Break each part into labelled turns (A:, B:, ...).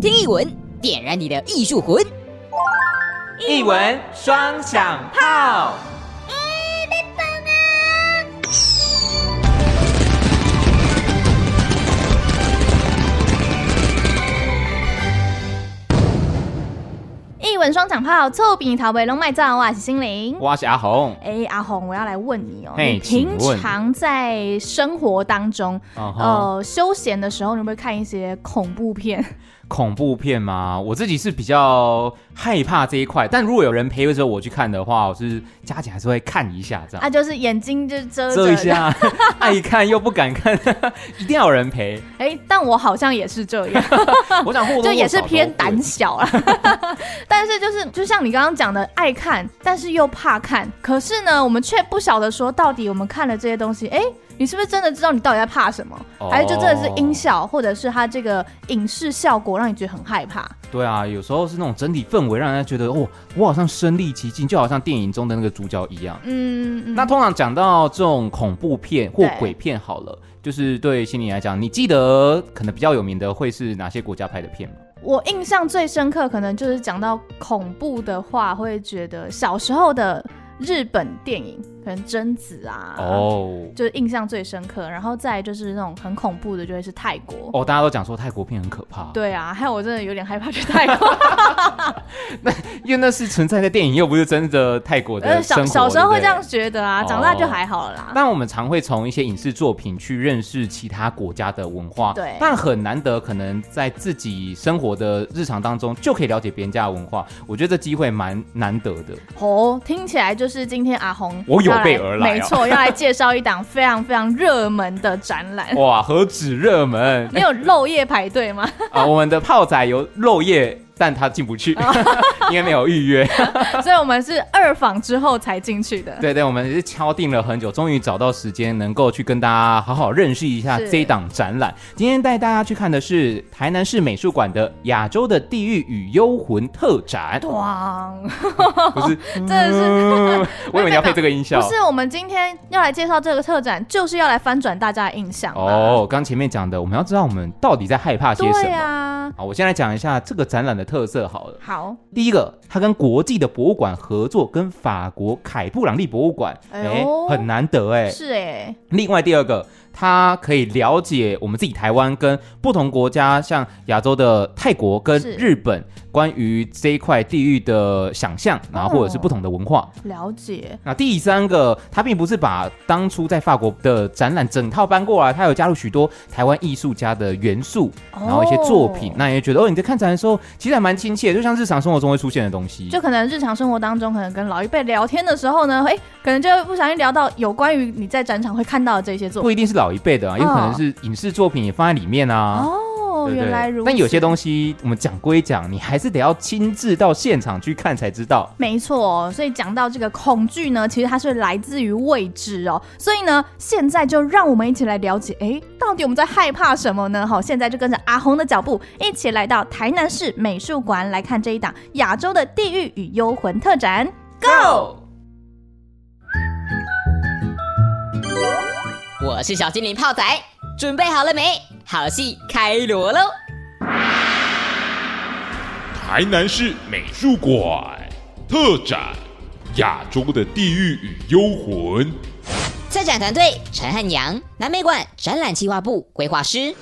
A: 听一文，点燃你的艺术魂。
B: 一文双响炮。
C: 一文双响炮，臭饼桃尾龙麦照，我是心灵。
B: 我是阿红。
C: 哎、阿红，我要来问你哦、
B: 嘿
C: 你平
B: 请问
C: 常在生活当中，
B: 嗯哼
C: 呃，休闲的时候，你会不会看一些恐怖片？
B: 恐怖片吗？我自己是比较害怕这一块，但如果有人陪的时候我去看的话，我是加起来还是会看一下这样。
C: 啊，就是眼睛就遮着
B: 遮一。下， 爱看又不敢看， 一定要有人陪。
C: 哎、但我好像也是这样，
B: 我想或多或少
C: 就也是偏
B: 都会
C: 胆小 啦。但是就是，就像你刚刚讲的，爱看，但是又怕看。可是呢，我们却不晓得说，到底我们看了这些东西，哎、你是不是真的知道你到底在怕什么？
B: 哦
C: 还是就真的是音效，或者是它这个影视效果让你觉得很害怕？
B: 对啊，有时候是那种整体氛围让人家觉得哦，我好像身临其境，就好像电影中的那个主角一样。
C: 嗯，嗯
B: 那通常讲到这种恐怖片或
C: 对
B: 鬼片好了，就是对心理来讲，你记得可能比较有名的会是哪些国家拍的片吗？
C: 我印象最深刻，可能就是讲到恐怖的话，会觉得小时候的日本电影，可能贞子啊，
B: 哦
C: 就是印象最深刻。然后再就是那种很恐怖的，就会是泰国。
B: 哦，大家都讲说泰国片很可怕，，
C: 对啊，害我真的有点害怕去泰国。
B: 因为那是存在在电影，又不是真的泰国的
C: 呃，
B: 生活。哦
C: 小小时候
B: 对
C: 会
B: 不对
C: 这样。觉得啊，长大就还好了啦。
B: 但我们常会从一些影视作品去认识其他国家的文化，
C: 对
B: 但很难得可能在自己生活的日常当中就可以了解别人家的文化，我觉得这机会蛮难得的。
C: 哦，听起来就是今天阿红
B: 我有
C: 要
B: 备而来啊
C: 没错，要来介绍一档非常非常热门的展 览。
B: 哇，何止热门
C: 你有漏夜排队吗？
B: 啊！我们的泡仔有漏夜，但他进不去， 因为没有预 约。
C: 所以我们是二访之后才进去的。
B: 对对，我们也是敲定了很久，终于找到时间能够去跟大家好好认识一下
C: 是
B: 这一档展览。今天带大家去看的是台南市美术馆的《亚洲的地狱与幽魂》特展，
C: 咣！
B: 不是？
C: 真的是
B: 嗯我以为你要配这个音效
C: 不。是我们今天要来介绍这个特展，就是要来翻转大家的印象嘛
B: 哦，刚前面讲的，我们要知道我们到底在害怕些什
C: 对
B: 么。
C: 啊，
B: 好，我先来讲一下这个展览的特色好了。
C: 好，
B: 第一个，它跟国际的博物馆合作，跟法国凯布朗利博物馆，哎、
C: 哎呦
B: 很难得哎、
C: 是哎，
B: 另外第二个，它可以了解我们自己台湾跟不同国家，像亚洲的泰国跟
C: 是
B: 日本，关于这一块地域的想
C: 哦
B: 象，然后或者是不同的文化。
C: 了解，
B: 那第三个，它并不是把当初在法国的展览整套搬过来，它有加入许多台湾艺术家的元素，然后一些作品，
C: 哦
B: 那也觉得哦，你在看展的时候，其实还蛮亲切，就像日常生活中会出现的东西。
C: 就可能日常生活当中，可能跟老一辈聊天的时候呢，哎，可能就会不小心聊到有关于你在展场会看到的这些作
B: 不
C: 品。
B: 一定是老一辈的啊，有可能是影视作品也放在里面啊。
C: 嗯哦，
B: 对不对
C: 原来如此。
B: 但有些东西我们讲归讲，你还是得要亲自到现场去看才知道。
C: 没错，所以讲到这个恐惧呢，其实它是来自于未知哦。所以呢，现在就让我们一起来了解，哎，到底我们在害怕什么呢？好，现在就跟着阿红的脚步，一起来到台南市美术馆来看这一档《亚洲的地狱与幽魂》特展。Go！
A: 我是小精灵泡仔，准备好了没？好戏开锣喽！
D: 台南市美术馆特展《亚洲的地狱与幽魂》。
A: 策展团队陈汉阳，南美馆展览计划部规划师。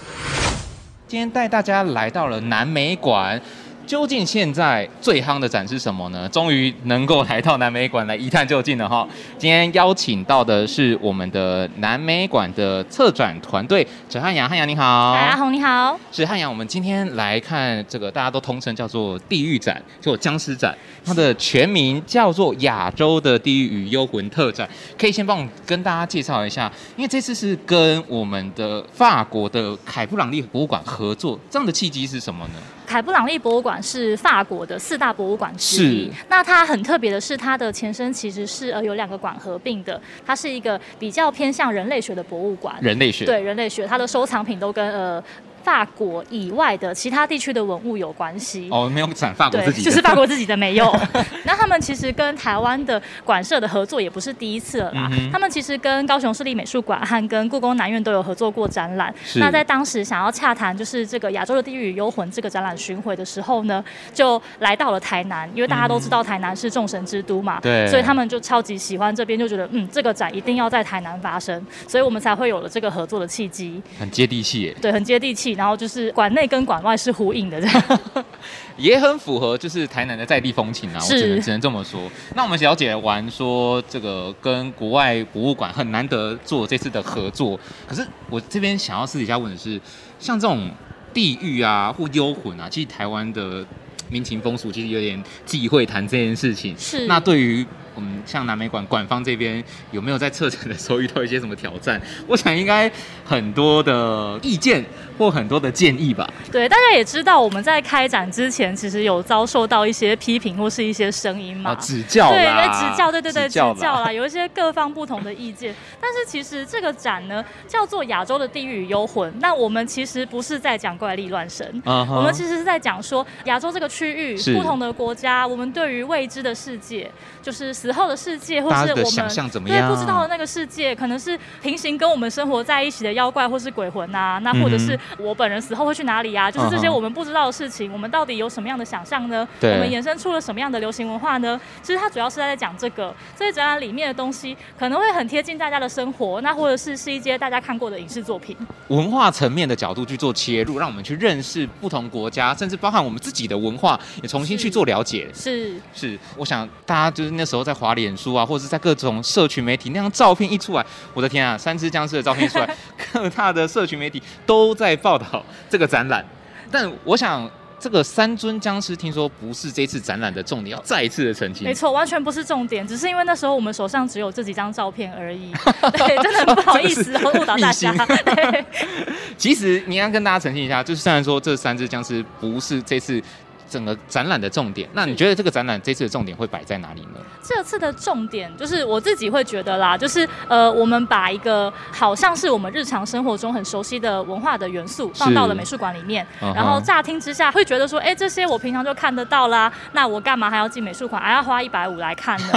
B: 今天带大家来到了南美馆，究竟现在最夯的展是什么呢？终于能够来到南美馆来一探究竟了哈。今天邀请到的是我们的南美馆的策展团队陈汉阳，汉阳你好，
E: 嗨，阿红你好。
B: 是汉阳，我们今天来看这个大家都通称叫做地狱展，就僵尸展，它的全名叫做亚洲的地狱与幽魂特展。可以先帮我们跟大家介绍一下，因为这次是跟我们的法国的凯布朗利博物馆合作，这样的契机是什么呢？
E: 凯布朗利博物馆是法国的四大博物馆之一
B: 是。
E: 那它很特别的是，它的前身其实是呃有两个馆合并的，它是一个比较偏向人类学的博物馆。
B: 人类学。
E: 对人类学，它的收藏品都跟呃法国以外的其他地区的文物有关系。
B: 哦，没有展法国
E: 对
B: 自，己的，
E: 就是法国自己的 没有。那他们其实跟台湾的馆舍的合作也不是第一次了啦。
B: 嗯哼
E: 他们其实跟高雄市立美术馆和跟故宫南院都有合作过展览。
B: 是
E: 那在当时想要洽谈就是这个亚洲的地狱与幽魂这个展览巡回的时候呢，就来到了台南，因为大家都知道台南是众神之都嘛，
B: 对
E: 所以他们就超级喜欢这边，就觉得嗯，这个展一定要在台南发生，所以我们才会有了这个合作的契机。
B: 很接地气耶，
E: 对，很接地气，然后就是馆内跟馆外是呼应的这样。
B: 也很符合就是台南的在地风情啊，我
E: 是
B: 只能只能这么说。那我们了解完说这个跟国外博物馆很难得做这次的合作，可是我这边想要私底下问的是，像这种地域啊或幽魂啊，其实台湾的民情风俗其实有点忌讳谈这件事情。
E: 是
B: 那对于我们像南美馆馆方这边有没有在策展的时候遇到一些什么挑战？我想应该很多的意见或很多的建议吧。
E: 对，大家也知道我们在开展之前，其实有遭受到一些批评或是一些声音嘛。
B: 啊，指教
E: 对，
B: 啦
E: 在指教，对对对，指
B: 教
E: 教
B: 啦
E: 啦，有一些各方不同的意见。但是其实这个展呢，叫做《亚洲的地狱与幽魂》，那我们其实不是在讲怪力乱神。
B: 嗯哼
E: 我们其实是在讲说亚洲这个区域
B: 是
E: 不同的国家，我们对于未知的世界，就是死后的世界，或
B: 大
E: 是
B: 家的
E: 我
B: 想
E: 们
B: 象怎么
E: 对
B: 样
E: 不知道的那个世界，可能是平行跟我们生活在一起的妖怪或是鬼魂啊，那或者是
B: 嗯
E: 我本人死后会去哪里啊，就是这些
B: 嗯哼
E: 我们不知道的事情，我们到底有什么样的想象呢？
B: 对
E: 我们衍生出了什么样的流行文化呢？其实它主要是在讲这个，所以展览里面的东西可能会很贴近大家的生活，那或者是是一些大家看过的影视作品。
B: 文化层面的角度去做切入，让我们去认识不同国家，甚至包含我们自己的文化，也重新去做了解。
E: 是，
B: 是，我想大家就是那时候在滑脸书啊，或者是在各种社群媒体，那张照片一出来，我的天啊，三只僵尸的照片一出 来，各大的社群媒体都在报道这个展览。但我想，这个三尊僵尸听说不是这次展览的重点，要再一次的澄清。
E: 没错，完全不是重点，只是因为那时候我们手上只有这几张照片 而已。对，真的很不好意思
B: 真的是
E: 误导大家。
B: 秘
E: 对，
B: 其实你要跟大家澄清一下，就是虽然说这三只僵尸不是这次整个展览的重点，那你觉得这个展览这次的重点会摆在哪里呢？
E: 这次的重点就是我自己会觉得啦，就是呃，我们把一个好像是我们日常生活中很熟悉的文化的元素放到了美术馆里面，
B: 嗯哼
E: 然后乍听之下会觉得说，哎，这些我平常就看得到啦，那我干嘛还要进美术馆，还要花一百五来看呢？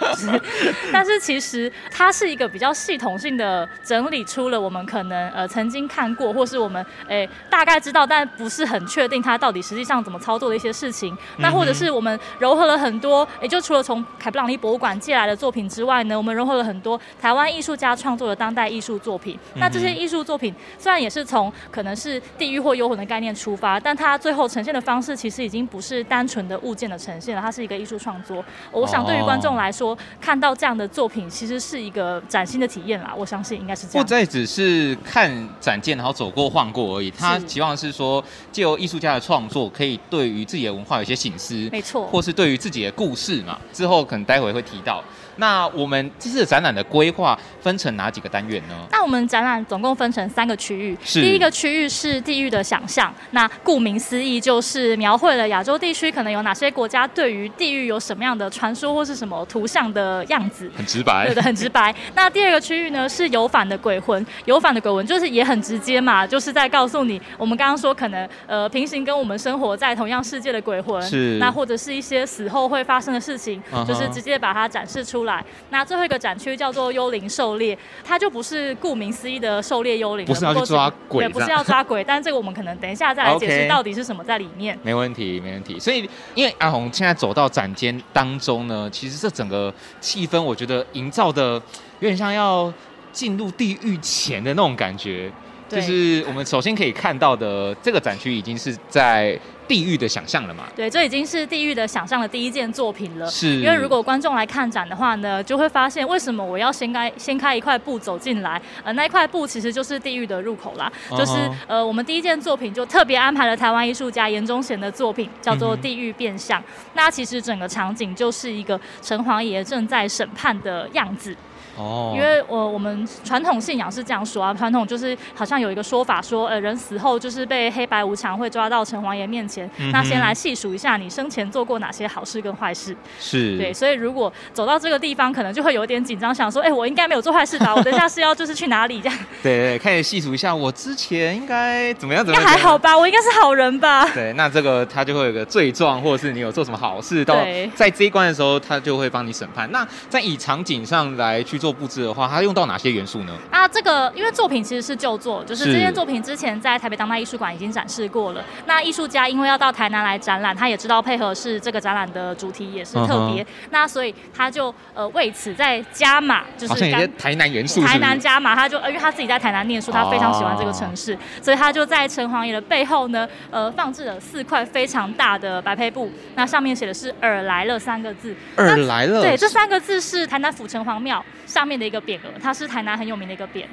E: 就是 但是其实它是一个比较系统性的整理出了我们可能呃曾经看过，或是我们诶、大概知道，但不是很确定它到底实际上怎么操作的一些事情。那或者是我们糅合了很多，也、就除了从凯布朗利博物馆借来的作品之外呢，我们糅合了很多台湾艺术家创作的当代艺术作品。那这些艺术作品虽然也是从可能是地狱或幽魂的概念出发，但它最后呈现的方式其实已经不是单纯的物件的呈现了，它是一个艺术创作。我想对于观众来说，看到这样的作品其实是一个崭新的体验啦。我相信应该是这
B: 不
E: 样。
B: 再只是看展件，然后走过晃过而已。他期望是说，借由艺术家的创作，可以对于自己的文化有一些醒思，
E: 没错
B: 或是对于自己的故事嘛。之后可能待会会提到。那我们这次的展览的规划分成哪几个单元呢？
E: 那我们展览总共分成三个区域，
B: 是
E: 第一个区域是地域的想象，那顾名思义就是描绘了亚洲地区可能有哪些国家对于地域有什么样的传说或是什么图像的样子。
B: 很直白
E: 对的，很直白。那第二个区域呢是有反的鬼魂，有反的鬼魂就是也很直接嘛，就是在告诉你，我们刚刚说可能呃平行跟我们生活在同样世界的鬼魂，
B: 是
E: 那或者是一些死后会发生的事情
B: 嗯哼
E: 就是直接把它展示出来。那最后一个展区叫做幽灵狩猎，它就不是顾名思义的狩猎幽灵了，
B: 不是要去
E: 过这
B: 抓鬼
E: 对，不是
B: 这样
E: 要抓鬼，但这个我们可能等一下再来 解
B: OK
E: 释到底是什么在里面。
B: 没问题，没问题。所以，因为阿红现在走到展间当中呢，其实这整个气氛，我觉得营造的有点像要进入地狱前的那种感觉。就
E: 对
B: 是我们首先可以看到的，这个展区已经是在地狱的想象了嘛？
E: 对，这已经是地狱的想象的第一件作品了。
B: 是
E: 呃因为如果观众来看展的话呢，就会发现为什么我要先开先开一块布走进来，呃，那一块布其实就是地狱的入口啦，
B: 嗯哼
E: 就是呃，我们第一件作品就特别安排了台湾艺术家严忠贤的作品，叫做
B: 嗯
E: 《
B: 哼
E: 地狱变相》。那其实整个场景就是一个城隍爷正在审判的样子。
B: 哦，
E: 因为呃我我们传统信仰是这样说啊，传统就是好像有一个说法说，呃，人死后就是被黑白无常会抓到城隍爷面前，
B: 嗯哼
E: 那先来细数一下你生前做过哪些好事跟坏事。
B: 是
E: 对，所以如果走到这个地方，可能就会有点紧张，想说，哎，我应该没有做坏事吧？我等一下是要就是去哪里这样？
B: 对对，开始细数一下，我之前应该怎么样？怎
E: 应
B: 么
E: 该
B: 样？
E: 还
B: 怎么样
E: 好。吧？我应该是好人吧？
B: 对，那这个他就会有个罪状，或者是你有做什么好事，到
E: 对
B: 在这一关的时候，他就会帮你审判。那在以场景上来去做布置的话，它用到哪些元素呢？
E: 啊，这个因为作品其实是旧作，就是
B: 是
E: 这件作品之前在台北当代艺术馆已经展示过了。那艺术家因为要到台南来展览，他也知道配合是这个展览的主题也是特别，
B: 嗯
E: 那所以他就呃为此再加码，就是
B: 好像有
E: 刚
B: 些台南元素是不是，
E: 台南加码，他就呃因为他自己在台南念书，他非常喜欢这个
B: 哦
E: 城市，所以他就在城隍爷的背后呢，呃，放置了四块非常大的白配布，那上面写的是“尔来了”三个字。
B: 二来了，
E: 对，这三个字是台南府城隍庙上面的一个匾额，它是台南很有名的一个匾。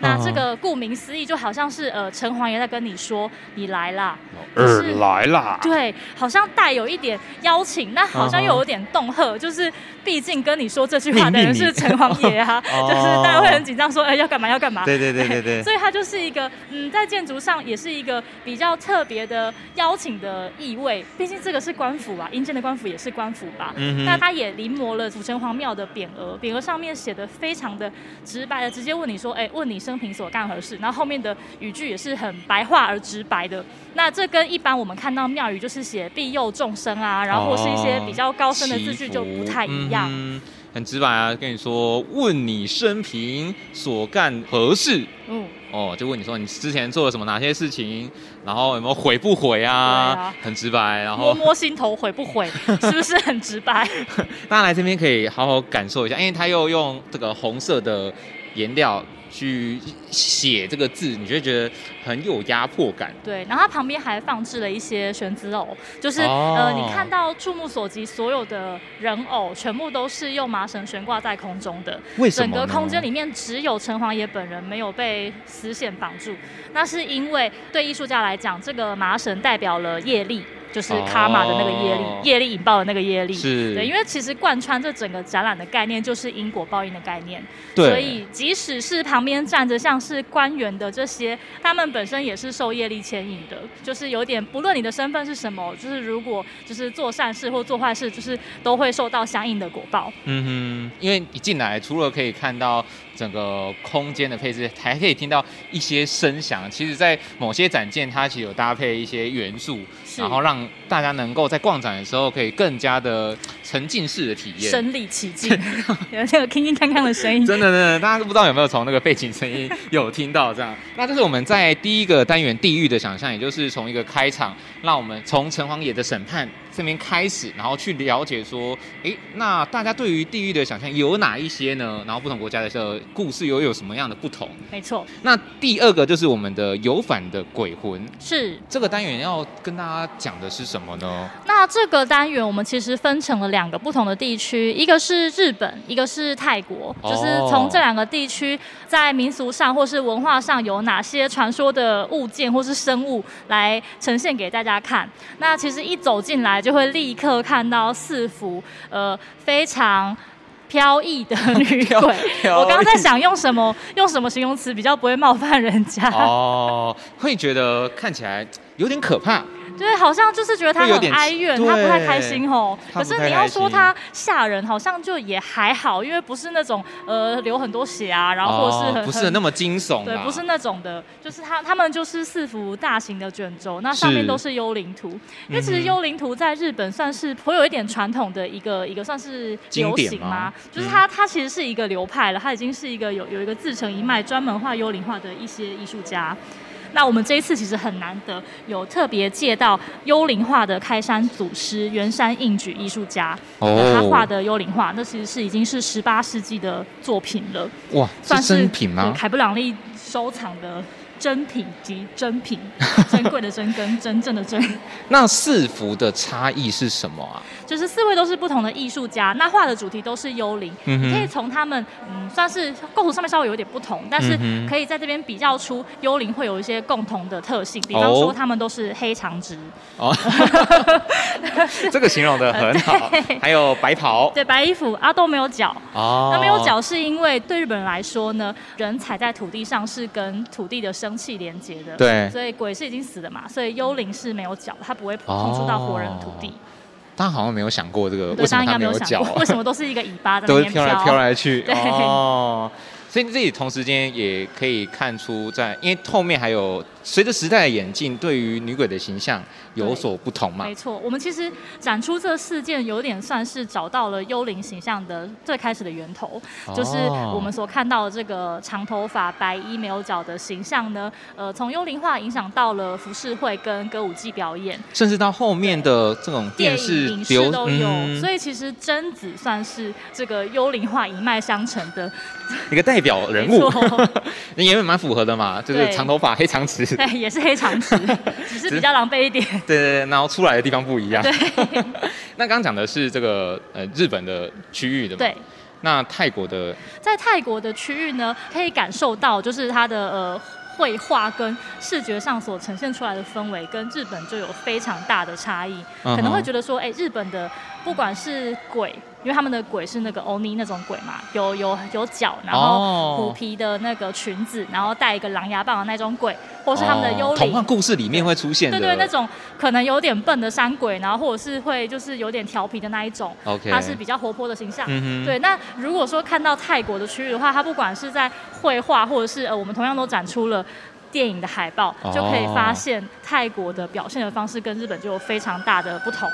E: 那
B: 啊
E: 这个顾名思义，就好像是呃城隍爷在跟你说你来啦，
D: 尔来啦，
E: 对，好像带有一点邀请，那好像又有点恫吓，就是毕竟跟你说这句话的人是城隍爷啊，
B: 命令你
E: 就是大家会很紧张说，哎、要干嘛要干嘛，
B: 对对对对 对
E: 所以它就是一个，嗯，在建筑上也是一个比较特别的邀请的意味。毕竟这个是官府吧，阴间的官府也是官府吧。
B: 嗯哼
E: 那它也临摹了主城隍庙的匾额，匾额上面写的非常的直白的，直接问你说，哎、问你生平所干何事。然后后面的语句也是很白话而直白的。那这跟一般我们看到庙宇就是写庇佑众生啊，然后或是一些比较高深的字句就不太一样。
B: 嗯哼很直白啊，跟你说，问你生平所干何事，
E: 嗯，
B: 哦，就问你说你之前做了什么哪些事情，然后有没有悔不悔啊？
E: 对啊
B: 很直白。然后
E: 摸摸心头悔不悔， 是不是很直白？
B: 大家来这边可以好好感受一下，因为他又用这个红色的颜料去写这个字，你就会觉得很有压迫感。
E: 对，然后它旁边还放置了一些悬子偶，就是、
B: 哦
E: 呃，你看到触目所及所有的人偶，全部都是用麻绳悬挂在空中的。
B: 为什
E: 整
B: 么呢？
E: 个空间里面只有城隍爷本人没有被丝线绑住，那是因为对艺术家来讲，这个麻绳代表了业力，就是
B: 哦
E: 卡玛的那个业力，业力引爆的那个业力。
B: 是
E: 对，因为其实贯穿这整个展览的概念就是因果报应的概念，
B: 对
E: 所以即使是旁边站着像是官员的这些，他们本身也是受业力牵引的，就是有点不论你的身份是什么，就是如果就是做善事或做坏事，就是都会受到相应的果报。
B: 嗯哼，因为一进来，除了可以看到整个空间的配置，还可以听到一些声响。其实，在某些展件，它其实有搭配一些元素，
E: 是
B: 然后让大家能够在逛展的时候，可以更加的沉浸式的体验。
E: 身临其境， 有那个铿铿锵锵的声音。
B: 真的，真的，大家都不知道有没有从那个背景声音有听到这样？那这是我们在第一个单元地狱的想象，也就是从一个开场，让我们从城隍爷的审判这边开始，然后去了解说，诶，那大家对于地狱的想象有哪一些呢？然后不同国家的这故事又有什么样的不同？
E: 没错，
B: 那第二个就是我们的有反的鬼魂。
E: 是。
B: 这个单元要跟大家讲的是什么 呢？
E: 那这个单元我们其实分成了两个不同的地区，一个是日本，一个是泰国，
B: 哦
E: 就是从这两个地区在民俗上或是文化上有哪些传说的物件或是生物来呈现给大家看。那其实一走进来就会立刻看到四幅呃非常。飘逸的 女
B: 飘
E: 鬼，
B: 飘
E: 我刚刚在
B: 逸
E: 想用什么用什么形容词比较不会冒犯人家。
B: 哦，会觉得看起来 有点可怕，
E: 对，好像就是觉得他
B: 会有
E: 很
B: 点
E: 哀怨，
B: 对
E: 他不太开心吼。
B: 他
E: 可
B: 不太
E: 是你要说他吓人，好像就也还好，因为不是那种呃流很多血啊，然后或者是很、
B: 哦、不是那
E: 么。
B: 么惊悚啦，
E: 对，不是那种的，就是他他们就是四幅大型的卷轴，那上面
B: 是
E: 都是幽灵图。因为
B: 嗯哼
E: 其实幽灵图在日本算是颇有一点传统的一个一个算是
B: 经
E: 流
B: 典
E: 行
B: 吗
E: 嘛，就是
B: 嗯
E: 它它其实是一个流派了，它已经是一个有有一个自成一脉专门画幽灵画的一些艺术家。那我们这一次其实很难得有特别借到幽灵画的开山祖师圆山应举艺术家，
B: 哦
E: 他画的幽灵画，那其实是已经是十八世纪的作品了。
B: 哇，
E: 算
B: 是
E: 是
B: 真品
E: 对
B: 吗？
E: 凯布朗利收藏的珍品及珍 品，珍贵的珍跟真正的真，
B: 那四幅的差异是什么 啊？
E: 就是四位都是不同的艺术家，那画的主题都是幽灵，
B: 嗯哼
E: 你可以从他们嗯算是构图上面稍微有点不同，但是
B: 嗯哼
E: 可以在这边比较出幽灵会有一些共同的特性，比
B: 哦
E: 方说他们都是黑长直，
B: 哦，这个形容的很好。还有白袍
E: 对白衣服，阿豆没有脚，
B: 哦，
E: 那没有脚是因为对日本人来说呢，人踩在土地上是跟土地的生气连接的，
B: 对
E: 所以鬼是已经死的嘛，所以幽灵是没有脚的，它不会碰触到活人的土地
B: 哦。大家好像没有想过这个，
E: 对，
B: 为什
E: 大
B: 么
E: 家应该
B: 他
E: 没
B: 有
E: 想
B: 脚？啊
E: 过，为什么都是一个尾巴在那
B: 都是
E: 边
B: 飘来飘来去
E: 对
B: 哦。所以你自己同时间也可以看出在，因为后面还有随着时代的演进，对于女鬼的形象有所不同嘛
E: 没。错，我们其实展出这事件，有点算是找到了幽灵形象的最开始的源头，
B: 哦
E: 就是我们所看到的这个长头发、白衣、没有脚的形象呢，呃，从幽灵化影响到了服饰会跟歌舞伎表演，
B: 甚至到后面的这种
E: 电
B: 电视
E: 影、影视
B: 流，
E: 都有，
B: 嗯
E: 所以其实贞子算是这个幽灵化一脉相承 的
B: 一个代表人
E: 没
B: 物
E: 错，
B: 你原本蛮符合的嘛，就是
E: 对
B: 长头发、黑长直，对
E: 对，哎也是黑长 直，只是比较狼狈一点。
B: 对对，然后出来的地方不一样。
E: 对
B: 那刚刚讲的是这个呃日本的区域的嘛，
E: 对，
B: 那泰国的哦
E: 在泰国的区域呢，可以感受到就是它的呃。绘画跟视觉上所呈现出来的氛围，跟日本就有非常大的差异。
B: 嗯哼
E: 可能会觉得说，哎、日本的不管是鬼，因为他们的鬼是那个欧尼那种鬼嘛，有有有脚，然
B: 哦
E: 后虎皮的那个裙子，然后带一个狼牙棒的那种鬼，或是他们的幽
B: 哦童
E: 灵。
B: 话故事里面会出现的，
E: 对对，那种可能有点笨的山鬼，然后或者是会就是有点调皮的那一种
B: OK
E: 它是比较活泼的形象。
B: 嗯哼
E: 对，那如果说看到泰国的区域的话，它不管是在绘画，或者是呃，我们同样都展出了。电影的海报、
B: 哦
E: 就可以发现泰国的表现的方式跟日本就有非常大的不同。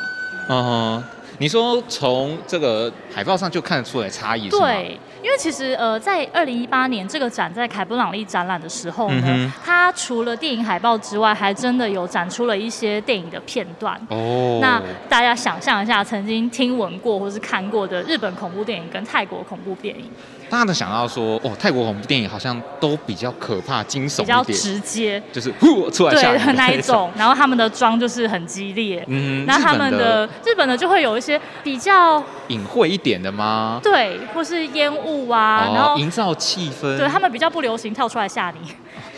B: 嗯哼，你说从这个海报上就看得出来差异，是吗，
E: 对，因为其实呃，在二零一八年这个展在凯布朗利展览的时候呢，
B: 嗯哼
E: 它除了电影海报之外，还真的有展出了一些电影的片段。
B: 哦，
E: 那大家想象一下，曾经听闻过或是看过的日本恐怖电影跟泰国恐怖电影，
B: 大家都想到说，哦，泰国恐怖电影好像都比较可怕、惊悚
E: 比较
B: 一点，
E: 直接，
B: 就是呼出来吓
E: 对
B: 人的
E: 的那一。种，然后他们的妆就是很激烈。
B: 嗯，
E: 那
B: 日
E: 他
B: 本
E: 们的日本的就会有一些比较
B: 隐晦一点的吗？
E: 对，或是烟雾啊，然
B: 哦，
E: 后
B: 营造气氛。
E: 对他们比较不流行跳出来吓你。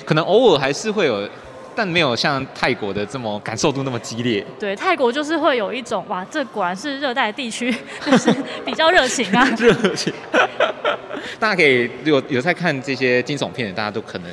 B: 可能偶尔还是会有，但没有像泰国的这么感受度那么激 烈。。
E: 对，泰国就是会有一种哇，这果然是热带地区， 就是比较热情啊
B: 热情。大家可以有有在看这些惊悚片的，大家都可能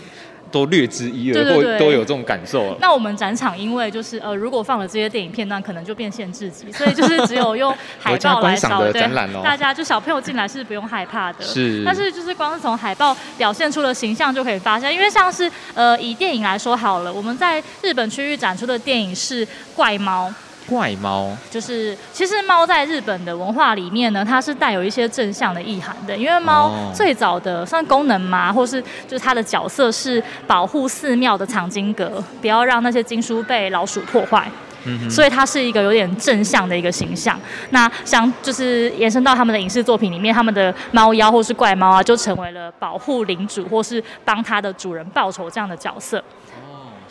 B: 都略知一二，
E: 对对对
B: 或都有这种感受了。
E: 那我们展场因为就是呃，如果放了这些电影片段，可能就变限制级，所以就是只有用海报
B: 国
E: 来稍
B: 家观赏的
E: 微对
B: 展览哦
E: 大家就小朋友进来是不用害怕的。
B: 是
E: 但是就是光是从海报表现出的形象就可以发现，因为像是呃以电影来说好了，我们在日本区域展出的电影是《怪猫》。
B: 怪猫，
E: 就是其实猫在日本的文化里面呢，它是带有一些正向的意涵的，因为猫
B: 哦
E: 最早的算功能嘛，或是就是它的角色是保护寺庙的藏经阁，不要让那些经书被老鼠破坏。所以它是一个有点正向的一个形象。那像就是延伸到他们的影视作品里面，他们的猫妖或是怪猫啊，就成为了保护领主或是帮它的主人报仇这样的角色。
B: 哦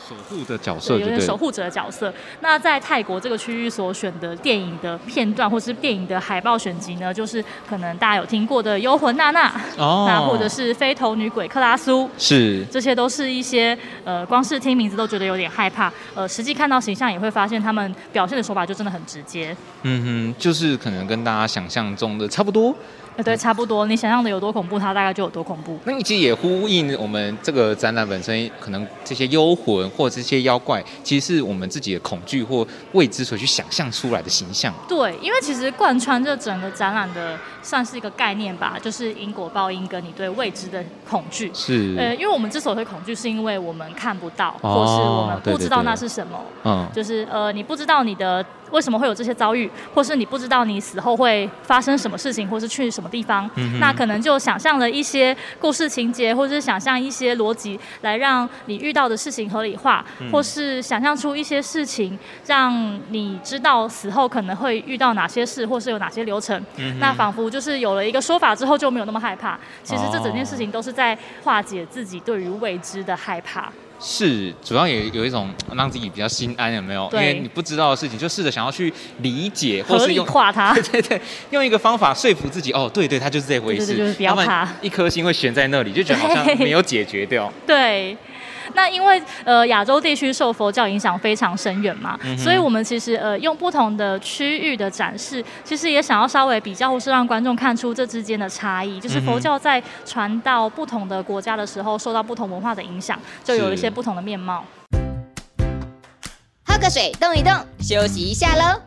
B: 守护的角色
E: 对，
B: 就
E: 有
B: 对
E: 点
B: 了，
E: 守护者的角色。那在泰国这个区域所选的电影的片段，或是电影的海报选集呢，就是可能大家有听过的《幽魂娜娜》
B: 哦
E: 那或者是《飞头女鬼克拉苏》。
B: 是
E: 这些都是一些呃，光是听名字都觉得有点害怕，呃，实际看到形象也会发现他们表现的手法就真的很直接，
B: 嗯哼，就是可能跟大家想象中的差不多。
E: 呃，对，差不多，你想象的有多恐怖，它大概就有多恐怖。
B: 那你其实也呼应我们这个展览本身，可能这些幽魂或这些妖怪，其实是我们自己的恐惧或未知所去想象出来的形象。
E: 对，因为其实贯穿这整个展览的算是一个概念吧，就是因果报应跟你对未知的恐惧。
B: 是，
E: 呃，因为我们之所以会恐惧，是因为我们看不到，
B: 哦
E: 或是我们
B: 对
E: 不
B: 对
E: 知道
B: 对
E: 那是什么。
B: 嗯，
E: 就是呃，你不知道你的为什么会有这些遭遇，或是你不知道你死后会发生什么事情，或是去什么地方。
B: 嗯哼
E: 那可能就想象了一些故事情节，或是想象一些逻辑，来让你遇到的事情合理化，
B: 嗯
E: 或是想象出一些事情，让你知道死后可能会遇到哪些事，或是有哪些流程。
B: 嗯
E: 那仿佛就是有了一个说法之后，
B: 哦
E: 就没有那么害怕。其实这整件事情都是在化解自己对于未知的害怕。
B: 试，主要也有一种让自己比较心安，有没有？因
E: 对
B: 为你不知道的事情，就试着想要去理解，或
E: 合
B: 是
E: 理
B: 用
E: 化它
B: 对。 对对，用一个方法说服自己，哦，对对，它就是这回事，
E: 对对就是不要
B: 然
E: 怕
B: 一颗心会悬在那里，就觉得好像
E: 对
B: 没有解决掉。
E: 对。那因为呃亚洲地区受佛教影响非常深远嘛，
B: 嗯哼
E: 所以我们其实呃用不同的区域的展示，其实也想要稍微比较，或是让观众看出这之间的差异。就是
B: 嗯
E: 佛
B: 哼
E: 教在传到不同的国家的时候，受到不同文化的影响，就有一些
B: 是
E: 不同的面貌。
A: 喝个水，动一动，休息一下喽。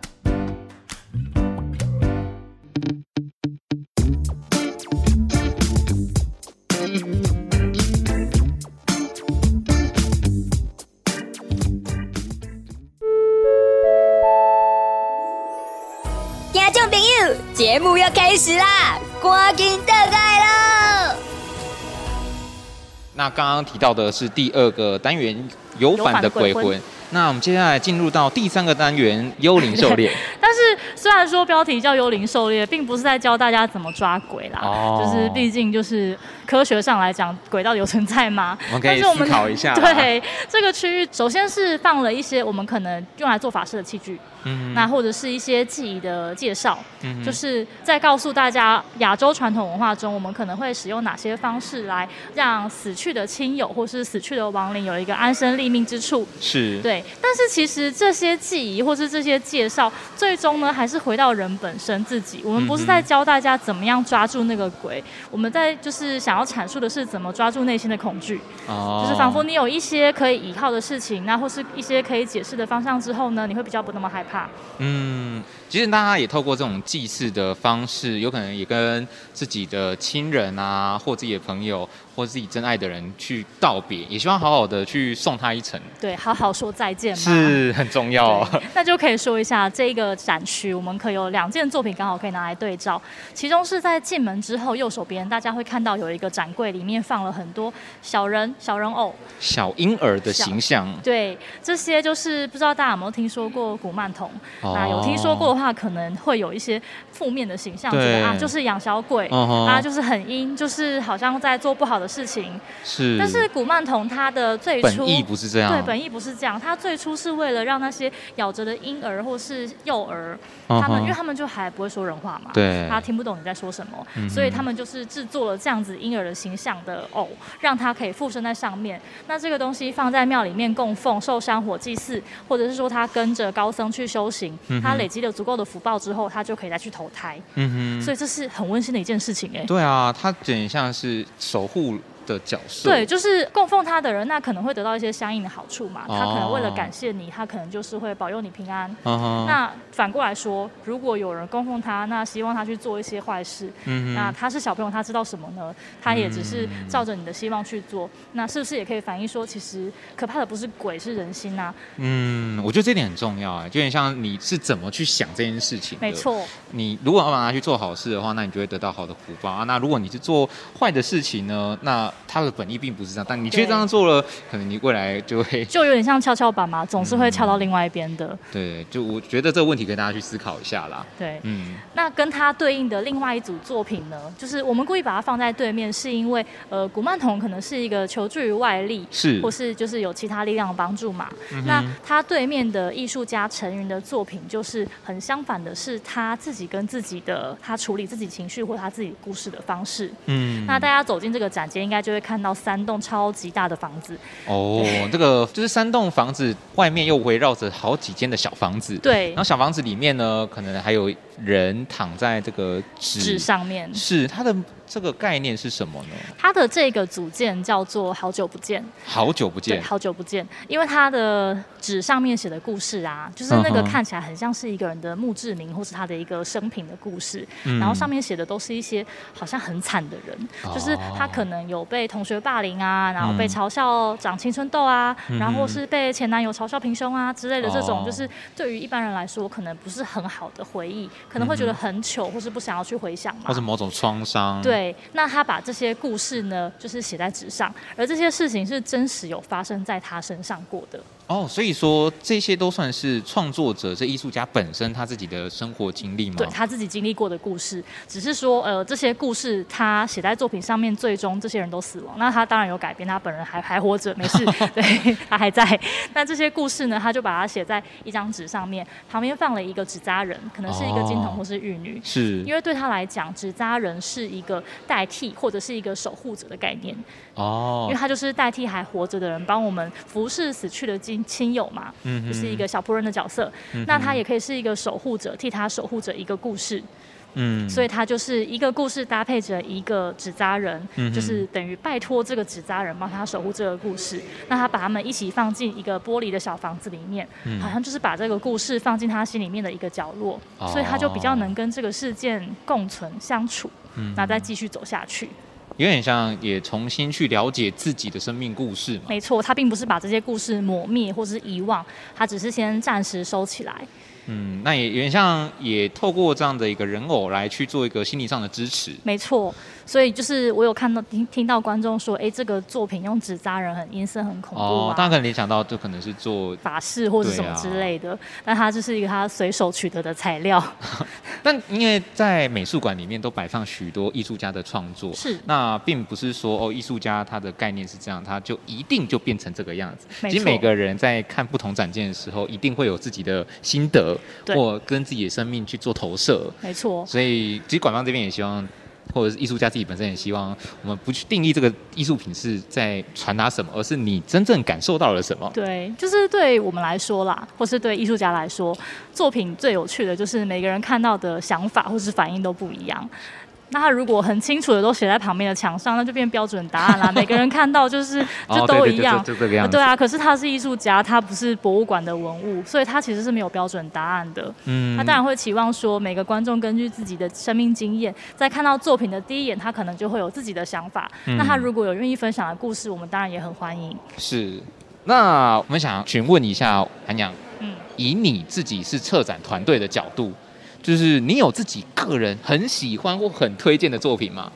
A: 听众朋友，节目要开始啦，赶紧倒来喽！
B: 那刚刚提到的是第二个单元有反的鬼
E: 有反的鬼
B: 魂
E: 魂，
B: 那我们接下来进入到第三个单元幽灵狩猎。
E: 但是虽然说标题叫《幽灵狩猎》，并不是在教大家怎么抓鬼啦，
B: 哦
E: 就是毕竟就是科学上来讲，鬼到底有存在吗？
B: 我们可
E: 但
B: 以
E: 是我们
B: 思考一下啦
E: 对这个区域，首先是放了一些我们可能用来做法事的器具，
B: 嗯
E: 那或者是一些记忆的介绍，
B: 嗯哼
E: 就是在告诉大家亚洲传统文化中，我们可能会使用哪些方式来让死去的亲友或是死去的亡灵有一个安身立命之处。
B: 是
E: 对，但是其实这些记忆或是这些介绍，最终呢还是回到人本身自己。我们不是在
B: 嗯哼
E: 教大家怎么样抓住那个鬼，我们在就是想要阐述的是怎么抓住内心的恐惧。
B: 哦
E: 就是仿佛你有一些可以依靠的事情，那或是一些可以解释的方向之后呢，你会比较不那么害怕。
B: 嗯，其实大家也透过这种祭祀的方式，有可能也跟自己的亲人啊，或自己的朋友，或自己真爱的人去道别，也希望好好的去送他一程，
E: 对，好好说再见嘛。
B: 是很重要哦、
E: 对那就可以说一下这个展区，我们可有两件作品刚好可以拿来对照。其中是在进门之后右手边，大家会看到有一个展柜，里面放了很多小人、小人偶。
B: 小婴儿的形象，
E: 对，这些就是不知道大家有没有听说过古曼童？
B: 哦
E: 那有听说过的话，可能会有一些负面的形象，觉得
B: 对
E: 啊就是养小鬼，
B: 嗯哼
E: 啊就是很阴，就是好像在做不好的事情。
B: 是，
E: 但是古曼童他的最初
B: 本意不是这样，
E: 对，本意不是这样，他最初是为了让那些咬着的婴儿或是幼儿，
B: 嗯哼
E: 他们、因为他们就还不会说人话嘛，
B: 对
E: 他听不懂你在说什么，
B: 嗯哼
E: 所以他们就是制作了这样子婴儿的形象的偶，让他可以附身在上面。那这个东西放在庙里面供奉、受香火祭祀，或者是说他跟着高僧去修行，
B: 嗯哼
E: 他累积了足够的福报之后，他就可以再去投胎。
B: 嗯
E: 所以这是很温馨的一件事情哎、
B: 哼，对啊，他有点像是守护的角色，
E: 对，就是供奉他的人，那可能会得到一些相应的好处嘛。他可能为了
B: 哦
E: 感谢你，他可能就是会保佑你平安。
B: 嗯哼，
E: 那反过来说，如果有人供奉他，那希望他去做一些坏事，
B: 嗯
E: 那
B: 哼，
E: 他是小朋友，他知道什么呢？他也只是照着你的希望去做，
B: 嗯
E: 那是不是也可以反映说，其实可怕的不是鬼，是人心啊呐、
B: 嗯，我觉得这点很重要哎，就有点像你是怎么去想这件事情，
E: 没错，
B: 你如果要把它去做好事的话，那你就会得到好的福报啊。那如果你是做坏的事情呢，那它的本意并不是这样，但你却
E: 对
B: 这样做了，可能你未来就会
E: 就有点像跷跷板嘛，总是
B: 嗯
E: 会翘到另外一边的。
B: 对。就我觉得这个问题给大家去思考一下啦。
E: 对，
B: 嗯，
E: 那跟它对应的另外一组作品呢，就是我们故意把它放在对面，是因为呃，古曼童可能是一个求助于外力，
B: 是
E: 或是就是有其他力量的帮助嘛。
B: 嗯哼
E: 那他对面的艺术家陈云的作品，就是很相反的是他自己跟自己的他处理自己情绪或他自己故事的方式。
B: 嗯
E: 那大家走进这个展间，应该就会看到三栋超级大的房子，
B: 哦，这个就是三栋房子外面又围绕着好几间的小房子，。
E: 对
B: 然后，小房子里面呢，可能还有人躺在这个
E: 纸
B: 纸，
E: 上面，
B: 是它的这个概念是什么呢？
E: 它的这个组件叫做“好久不见”。
B: 好久不
E: 对，
B: 见，
E: 好久不见。因为他的纸上面写的故事啊，就是那个
B: 嗯哼
E: 看起来很像是一个人的墓志铭，或是他的一个生平的故事。
B: 嗯
E: 然后上面写的都是一些好像很惨的人，
B: 哦
E: 就是他可能有被同学霸凌啊，然后
B: 嗯
E: 被嘲笑长青春痘啊，
B: 嗯
E: 然后是被前男友嘲笑平胸啊之类的这种，
B: 哦
E: 就是对于一般人来说可能不是很好的回忆，可能会觉
B: 嗯
E: 得很糗，或是不想要去回想嘛
B: 或是。某种创伤，，
E: 对，那他把这些故事呢，就是写在纸上，而这些事情是真实有发生在他身上过的。
B: 哦，所以说这些都算是创作者这艺术家本身他自己的生活经历吗？
E: 对他自己经历过的故事，只是说，呃，这些故事他写在作品上面，最终这些人都死亡。那他当然有改编，他本人还还活着，没事，对他还在。那这些故事呢，他就把它写在一张纸上面，旁边放了一个纸扎人，可能是一个金童或是玉女，
B: 是
E: 因为对他来讲，纸扎人是一个代替或者是一个守护者的概念，因
B: 哦
E: 为，他就是代替还活着的人，帮我们服侍死去的亲亲友嘛，
B: 嗯哼嗯
E: 就是一个小仆人的角色。那他也可以是一个守护者，替他守护着一个故事，
B: 嗯，
E: 所
B: 以
E: 以他就是一个故事搭配着一个纸扎人，
B: 嗯哼
E: 就是等于拜托这个纸扎人帮他守护这个故事。那他把他们一起放进一个玻璃的小房子里面，
B: 嗯
E: 好像就是把这个故事放进他心里面的一个角落，
B: 哦
E: 所以他就比较能跟这个事件共存相处，
B: 嗯
E: 那再继续走下去。
B: 有点像也重新去了解自己的生命故事嘛。
E: 没错，他并不是把这些故事抹灭或是遗忘，他只是先暂时收起来。
B: 嗯，那也有点像也透过这样的一个人偶来去做一个心理上的支持。
E: 没错，所以就是我有看到听听到观众说，哎、这个作品用纸扎人很阴森、很恐怖啊。
B: 哦，大家可能联想到这可能是做，
E: 法式或者什么之类的，但它就是一个他随手取得的材料，
B: 但因为在美术馆里面都摆放许多艺术家的创作，
E: 是
B: 那并不是说哦，艺术家他的概念是这样，他就一定就变成这个样子。
E: 没
B: 其实
E: 错
B: 每个人在看不同展件的时候，一定会有自己的心得，
E: 对
B: 或跟自己的生命去做投射。
E: 没错，
B: 所以，其实馆方这边也希望，或者是艺术家自己本身也希望，我们不去定义这个艺术品是在传达什么，而是你真正感受到了什么。
E: 对，就是对我们来说啦，或是对艺术家来说，作品最有趣的就是每个人看到的想法或是反应都不一样。那他如果很清楚的都写在旁边的墙上，那就变标准答 案啦。每个人看到就是就
B: 哦
E: 都
B: 对对
E: 一样，
B: 就就就这个样子
E: 对啊，可是他是艺术家，他不是博物馆的文物，所以他其实是没有标准答案的。
B: 嗯
E: 他当然会期望说，每个观众根据自己的生命经验，在看到作品的第一眼，他可能就会有自己的想法。那他如果有愿意分享的故事，我们当然也很欢迎。
B: 是。那我们想询问一下韩阳，
E: 嗯，
B: 以你自己是策展团队的角度，就是你有自己个人很喜欢或很推荐的作品吗？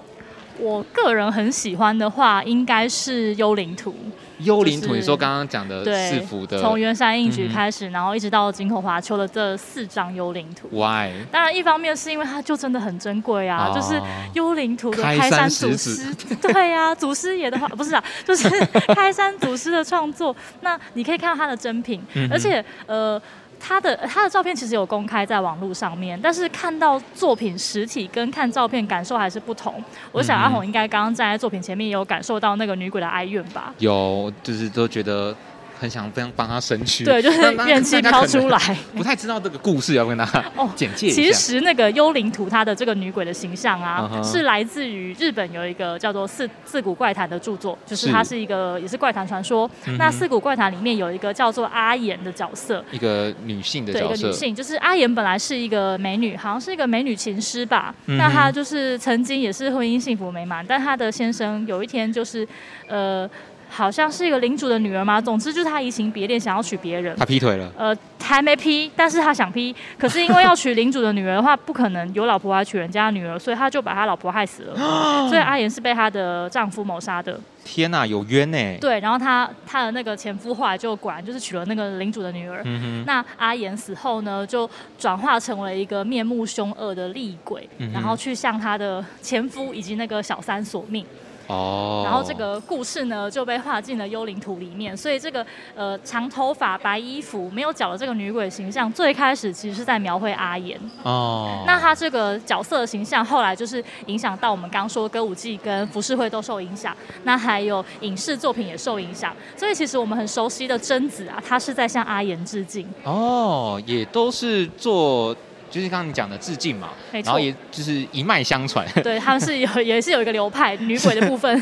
E: 我个人很喜欢的话，应该是《幽灵图
B: 幽灵图，
E: 就是
B: 你说刚刚讲》的
E: 对，
B: 呃四幅的
E: 从圆山印
B: 嗯
E: 局
B: 哼
E: 开始，然后一直到井口华秋的这四张《幽灵图》。
B: Why？
E: 当然，一方面是因为它就真的很珍贵
B: 哦
E: 啊，就是幽灵图的
B: 开
E: 开
B: 山
E: 山
B: 十
E: 祖
B: 子
E: 师， 对啊，祖师爷的话 不是啊，就是 开山祖师的创作。那你可以看到他的真品，
B: 嗯哼
E: 而且呃。他的他的照片其实有公开在网络上面，但是看到作品实体跟看照片感受还是不同。我想
B: 嗯哼
E: 阿红应该刚刚站在作品前面也有感受到那个女鬼的哀怨吧？
B: 嗯有，就是都觉得很想非常帮他伸屈，
E: 对，就是
B: 那
E: 怨气飘出。
B: 那大家可能
E: 来。
B: 不太知道这个故事，要跟大家
E: 哦
B: 简介一下。
E: 其实那个幽灵图它的这个女鬼的形象啊
B: 嗯哼
E: 是来自于日本有一个叫做四《四谷怪谈》的著作，就是
B: 是
E: 它是一个也是怪谈传说。
B: 嗯哼
E: 那《四谷怪谈》里面有一个叫做阿岩的角色。
B: 一个女性的
E: 对一
B: 角
E: 个
B: 色
E: 女，性，就是阿岩本来是一个美女，好像是一个美女琴师吧。
B: 嗯哼
E: 那她就是曾经也是婚姻幸福美满，但她的先生有一天就是，呃，好像是一个领主的女儿嘛。总之就是她移情别恋，想要娶别人。
B: 她劈腿了。
E: 呃，还没批，但是他想批，可是因为要娶领主的女儿的话，不可能有老婆还娶人家的女儿，所以他就把他老婆害死 了。所以阿岩是被她的丈夫谋杀的。
B: 天呐、有冤欸呢、
E: 对，然后她她的那个前夫后来就果然就是娶了那个领主的女儿。
B: 嗯
E: 那阿岩死后呢，就转化成为一个面目凶恶的厉鬼，
B: 嗯哼
E: 然后去向她的前夫以及那个小三索命。
B: 哼，哦，
E: 然后这个故事呢就被画进了幽灵图里面，所以这个呃长头发、白衣服、没有脚的这个女鬼形象，最开始其实是在描绘阿岩。
B: 哦，
E: 那她这个角色的形象，后来就是影响到我们刚刚说歌舞伎跟浮世绘都受影响，那还有影视作品也受影响。所以其实我们很熟悉的贞子啊，她是在向阿岩致敬。
B: 哦，也都是做，就是刚刚你讲的致敬嘛，
E: 没错
B: 然后也就是一脉相传。
E: 对，他们是有也是有一个流派女鬼的部分。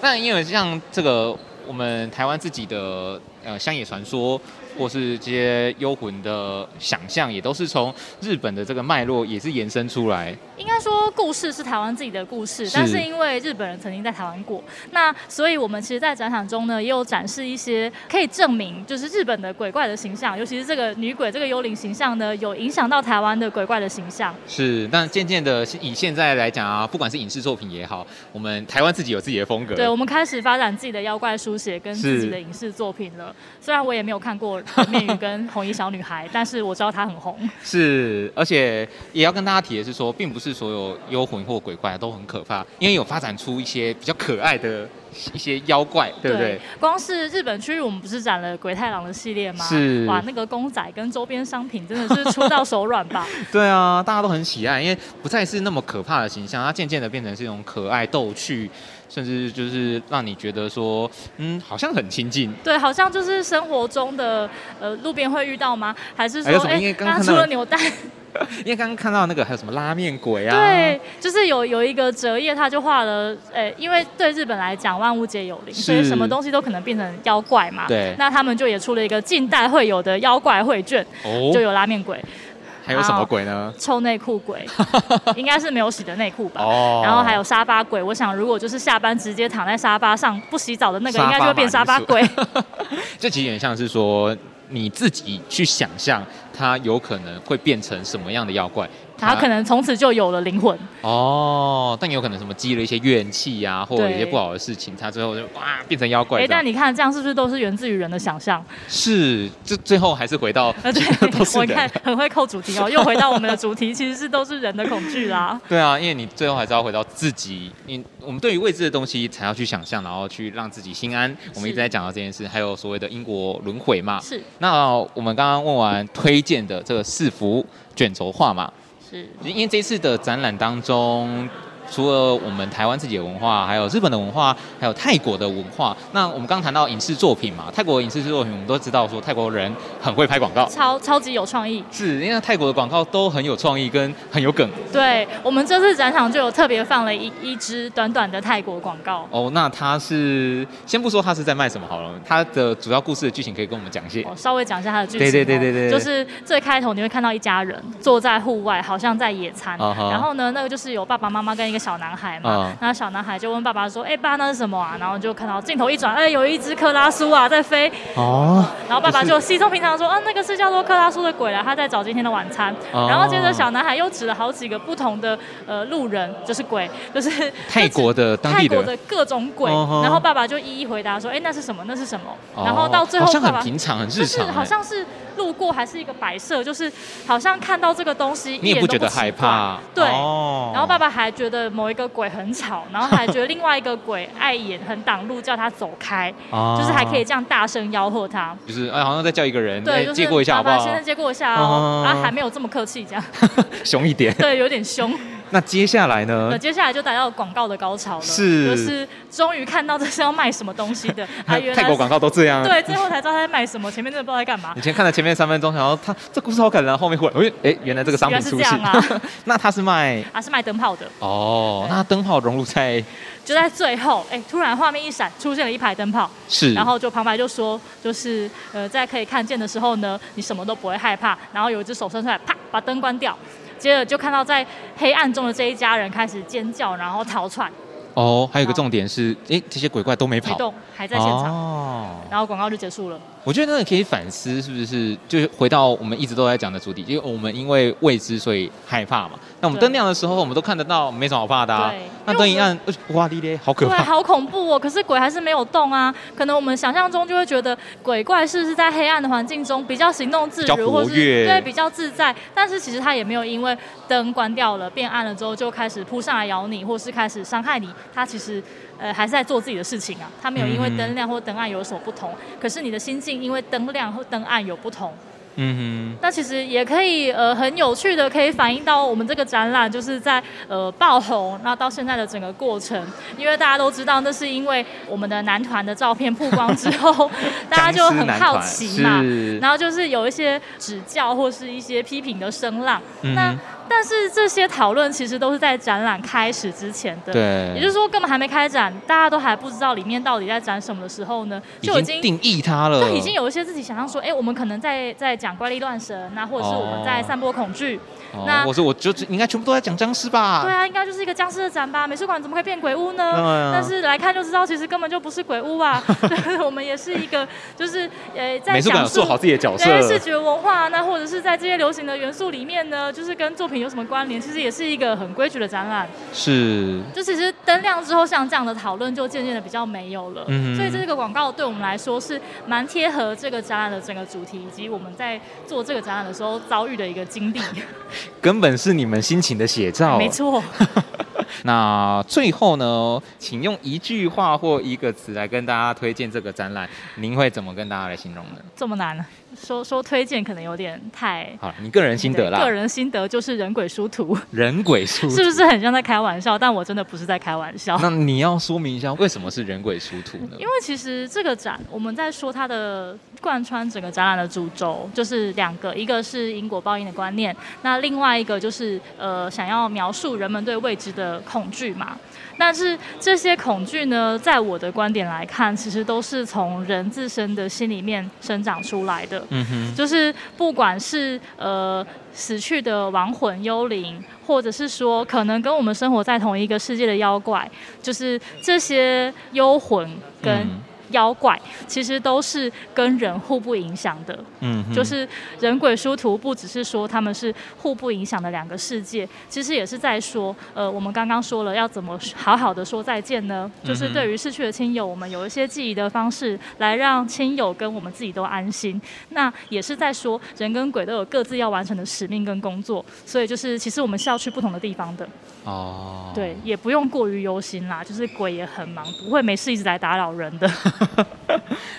B: 那因为像这个我们台湾自己的呃乡野传说，或是这些幽魂的想象，也都是从日本的这个脉络也是延伸出来。
E: 应该说故事是台湾自己的故事，
B: 是
E: 但是因为日本人曾经在台湾过，那所以我们其实，在展场中呢，也有展示一些可以证明，就是日本的鬼怪的形象，尤其是这个女鬼这个幽灵形象呢，有影响到台湾的鬼怪的形象。
B: 是，但渐渐的，以现在来讲啊，不管是影视作品也好，我们台湾自己有自己的风格。
E: 对，我们开始发展自己的妖怪书写跟自己的影视作品了。虽然我也没有看过《面鱼》跟《红衣小女孩》，但是我知道她很红。
B: 是，而且也要跟大家提的是说，并不是所有幽魂或鬼怪都很可怕，因为有发展出一些比较可爱的一些妖怪， 对不对？
E: 光是日本区域，我们不是展了鬼太郎的系列吗？
B: 是
E: 哇，那个公仔跟周边商品真的是出到手软吧？
B: 对啊，大家都很喜爱，因为不再是那么可怕的形象，它渐渐的变成是一种可爱、逗趣，甚至就是让你觉得说，嗯，好像很亲近。
E: 对，好像就是生活中的呃路边会遇到吗？还是
B: 哎还有
E: 说哎
B: 什么因为刚刚
E: 那
B: 看
E: 除
B: 到
E: 了扭 蛋，
B: 因为刚刚看到那个还有什么拉面鬼啊，
E: 对，就是有有一个折页，他就画了，呃、因为对日本来讲，万物皆有灵，所以
B: 是
E: 什么东西都可能变成妖怪嘛。
B: 对
E: 那他们就也出了一个近代会有的妖怪绘卷，就
B: 哦，
E: 有啊拉面鬼、
B: 还有什么鬼呢？
E: 臭内裤 鬼，应该是没有洗的内裤吧。
B: 哦，
E: 然后还有沙发鬼，我想如果就是下班直接躺在沙发上不洗澡的那个，
B: 沙
E: 应该就
B: 发
E: 会变
B: 嘛
E: 沙
B: 你
E: 发
B: 说
E: 鬼。
B: 这其实有点像是说你自己去想象，它有可能会变成什么样的妖怪，
E: 他可能从此就有了灵魂。
B: 哦，但有可能什么积了一些怨气啊，或者
E: 对
B: 一些不好的事情，它最后就哇变成妖怪
E: 哎，
B: 这样。
E: 但你看这样是不是都是源自于人的想 象？
B: 是，这最后还是回到，
E: 呃，对
B: 都是
E: 我
B: 人
E: 看很会扣主题哦，又回到我们的主题，其实是都是人的恐惧啦。
B: 对啊，因为你最后还是要回到自己，你我们对于未知的东西才要去想象，然后去让自己心安。我们一直在讲到这件事，还有所谓的因果轮回嘛。
E: 是
B: 那我们刚刚问完推荐的这个四幅卷轴画嘛，
E: 是，
B: 因为这次的展览当中，除了我们台湾自己的文化，还有日本的文化，还有泰国的文化。那我们刚谈到影视作品嘛，泰国的影视作品我们都知道说泰国人很会拍广告，
E: 超超级有创意。
B: 是因为泰国的广告都很有创意跟很有梗
E: 对我们这次展场就有特别放了一一支短短的泰国广告。
B: 哦。那它是先不说它是在卖什么好了，它的主要故事的剧情可以跟我们讲一些
E: 我稍微讲一下它的剧情、哦，
B: 对对对对对对
E: 就是最开头你会看到一家人坐在户外，好像在野餐
B: 啊哈
E: 然后呢，那个就是有爸爸妈妈跟一个小男孩嘛
B: 啊
E: 那小男孩就问爸爸说：“哎、爸，那是什么啊？”然后就看到镜头一转，哎、有一只克拉苏啊在飞，
B: 哦。
E: 然后爸爸
B: 就
E: 就稀松平常地说：“啊，那个是叫做克拉苏的鬼啦，他在找今天的晚餐。
B: 哦
E: 然后接着小男孩又指了好几个不同的呃路人，就是鬼，就是
B: 泰国的当
E: 泰
B: 地
E: 国
B: 的
E: 的各种鬼。
B: 嗯哼
E: 然后爸爸就一一回答说：“哎，那是什么？那是什么？”
B: 哦
E: 然后到最后，
B: 好像
E: 爸爸
B: 很平常很
E: 就
B: 日
E: 是
B: 常欸，
E: 好像是路过还是一个摆设，就是好像看到这个东西，
B: 你
E: 一
B: 也
E: 点
B: 不
E: 都
B: 觉得
E: 奇
B: 害
E: 怪
B: 怕，
E: 对。
B: 哦
E: 然后爸爸还觉得某一个鬼很吵，然后还觉得另外一个鬼碍眼，很挡路，叫他走开，
B: 哦
E: 就是还可以这样大声吆喝他。
B: 就是哎，好像在叫一个人，哎
E: 对，就是
B: 借过一下好不
E: 爸爸
B: 好？
E: 先生借过一下哦，
B: 嗯
E: 啊，还没有这么客气，这样
B: 凶一点。
E: 对，有点凶。
B: 那接下来
E: 那
B: 呢？
E: 接下来就来到广告的高潮了，
B: 嗯是
E: 就是终于看到这是要卖什么东西 的，啊，原来
B: 泰国广告都这样。
E: 对，最后才知道他在卖什么，前面真的不知道在干嘛
B: 你。先看了前面三分钟，然后他这故事好感人，后面忽然，哎、哎原来这个商品出
E: 原来
B: 现。
E: 是这样啊
B: 那他是卖
E: 啊，是卖灯泡的，
B: 哦，那灯泡融入在
E: 就在最后，哎，突然画面一闪，出现了一排灯泡，
B: 是，
E: 然后就旁白就说，就是呃，在可以看见的时候呢，你什么都不会害怕。然后有一只手伸出来，啪，把灯关掉。接着就看到在黑暗中的这一家人开始尖叫，然后逃窜，
B: 哦，还有一个重点是，哎、这些鬼怪都没
E: 没
B: 跑，
E: 动，还在现场。
B: 哦
E: 然后广告就结束了。
B: 我觉得那个可以反思，是不是就是回到我们一直都在讲的主题，因为我们因为未知所以害怕嘛。那我们
E: 对
B: 灯亮的时候，我们都看得到，没什么好怕的、啊
E: 对。
B: 那灯一暗，呃哇哩咧，好可
E: 对，
B: 怕。
E: 好恐怖哦！可是鬼还是没有动啊。可能我们想象中就会觉得鬼怪是不是在黑暗的环境中比较行动自
B: 比较
E: 如，或
B: 活
E: 是
B: 跃
E: 对比较自在。但是其实它也没有因为灯关掉了、变暗了之后就开始扑上来咬你，或是开始伤害你。它其实呃还是在做自己的事情啊。它没有因为
B: 嗯
E: 灯亮或灯暗有所不同，可是你的心境因为灯亮或灯暗有不同。
B: 嗯
E: 那其实也可以呃很有趣的，可以反映到我们这个展览就是在呃爆红，那到现在的整个过程，因为大家都知道，那是因为我们的男团的照片曝光之 后，大家就很好
B: 僵尸
E: 奇嘛
B: 男团是，
E: 然后就是有一些指教或是一些批评的声浪，
B: 嗯
E: 那
B: 哼
E: 但是这些讨论其实都是在展览开始之前的，
B: 哼，对，
E: 也就是说根本还没开展，大家都还不知道里面到底在展什么的时候呢，就
B: 已经定义它了，
E: 就已经有一些自己想象说，哎、我们可能在在讲怪力乱神，那或者是我们在散播恐惧，
B: 哦
E: 那
B: 我说我就应该全部都在讲僵尸吧？
E: 对啊，应该就是一个僵尸的展吧？美术馆怎么会变鬼屋呢？
B: 对啊
E: 但是来看就知道，其实根本就不是鬼 屋啊。对，我们也是一个，就是呃，在
B: 美术馆
E: 讲
B: 有
E: 述
B: 做好自己的角色，
E: 对视觉文化，那或者是在这些流行的元素里面呢，就是跟作品有什么关联？其实也是一个很规矩的展览。
B: 是
E: 就其实灯亮之后，像这样的讨论就渐渐的比较没有了。
B: 嗯
E: 所以这个广告对我们来说是蛮贴合这个展览的整个主题，以及我们在做这个展览的时候遭遇的一个经历。
B: 根本是你们心情的写照，
E: 没。错，
B: 那最后呢，请用一句话或一个词来跟大家推荐这个展览，您会怎么跟大家来形容呢？
E: 这么难呢、说说推荐可能有点太。
B: 好，你个人心得啦，
E: 个人心得就是人鬼殊途，
B: 人鬼殊途
E: 是不是很像在开玩笑？但我真的不是在开玩笑。
B: 那你要说明一下为什么是人鬼殊途呢？
E: 因为其实这个展，我们在说它的贯穿整个展览的主轴，就是两个，一个是因果报应的观念，那另外一个就是呃，想要描述人们对未知的恐惧嘛。但是这些恐惧呢，在我的观点来看，其实都是从人自身的心里面生长出来的。
B: 嗯哼，
E: 就是不管是呃死去的亡魂、幽灵，或者是说可能跟我们生活在同一个世界的妖怪，就是这些幽魂跟
B: 嗯
E: 妖怪，其实都是跟人互不影响的。
B: 嗯哼，
E: 就是人鬼殊途，不只是说他们是互不影响的两个世界，其实也是在说，呃，我们刚刚说了要怎么好好的说再见
B: 嗯
E: 呢？就是对于逝去的亲友，我们有一些记忆的方式，来让亲友跟我们自己都安心。那也是在说，人跟鬼都有各自要完成的使命跟工作，所以就是其实我们是要去不同的地方的，
B: 哦，
E: 对，也不用过于忧心啦。就是鬼也很忙，不会没事一直来打扰人的。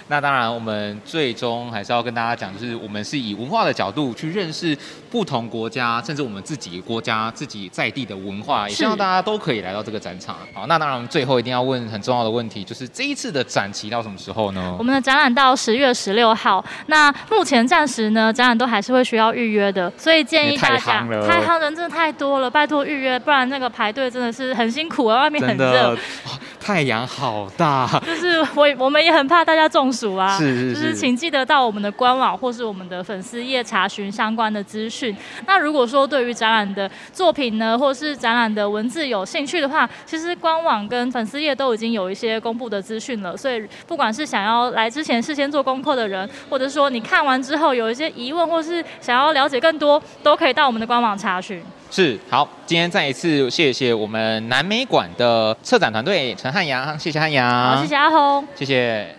B: 那当然，我们最终还是要跟大家讲，就是我们是以文化的角度去认识不同国家，甚至我们自己国家自己在地的文化，也希望大家都可以来到这个展场。好，那当然，我们最后一定要问很重要的问题，就是这一次的展期到什么时候呢
E: 我？们的展览到十月十六号，那目前暂时呢，展览都还是会需要预约的，所以建议大家
B: 因为太夯了
E: 太夯人真的太多了，拜托预约，不然那个排队真的是很辛苦啊，外面很
B: 真的，，
E: 热
B: 哇太阳好大，
E: 就是我也我们也很怕大家中暑啊，
B: 是是
E: 就是请记得到我们的官网或是我们的粉丝页查询相关的资讯。那如果说对于展览的作品呢，或是展览的文字有兴趣的话，其实官网跟粉丝页都已经有一些公布的资讯了。所以不管是想要来之前事先做功课的人，或者说你看完之后有一些疑问，或是想要了解更多，都可以到我们的官网查询。
B: 是好，今天再一次谢谢我们南美馆的策展团队陈汉阳，谢谢汉阳，
E: 好，谢谢阿红。
B: 谢谢。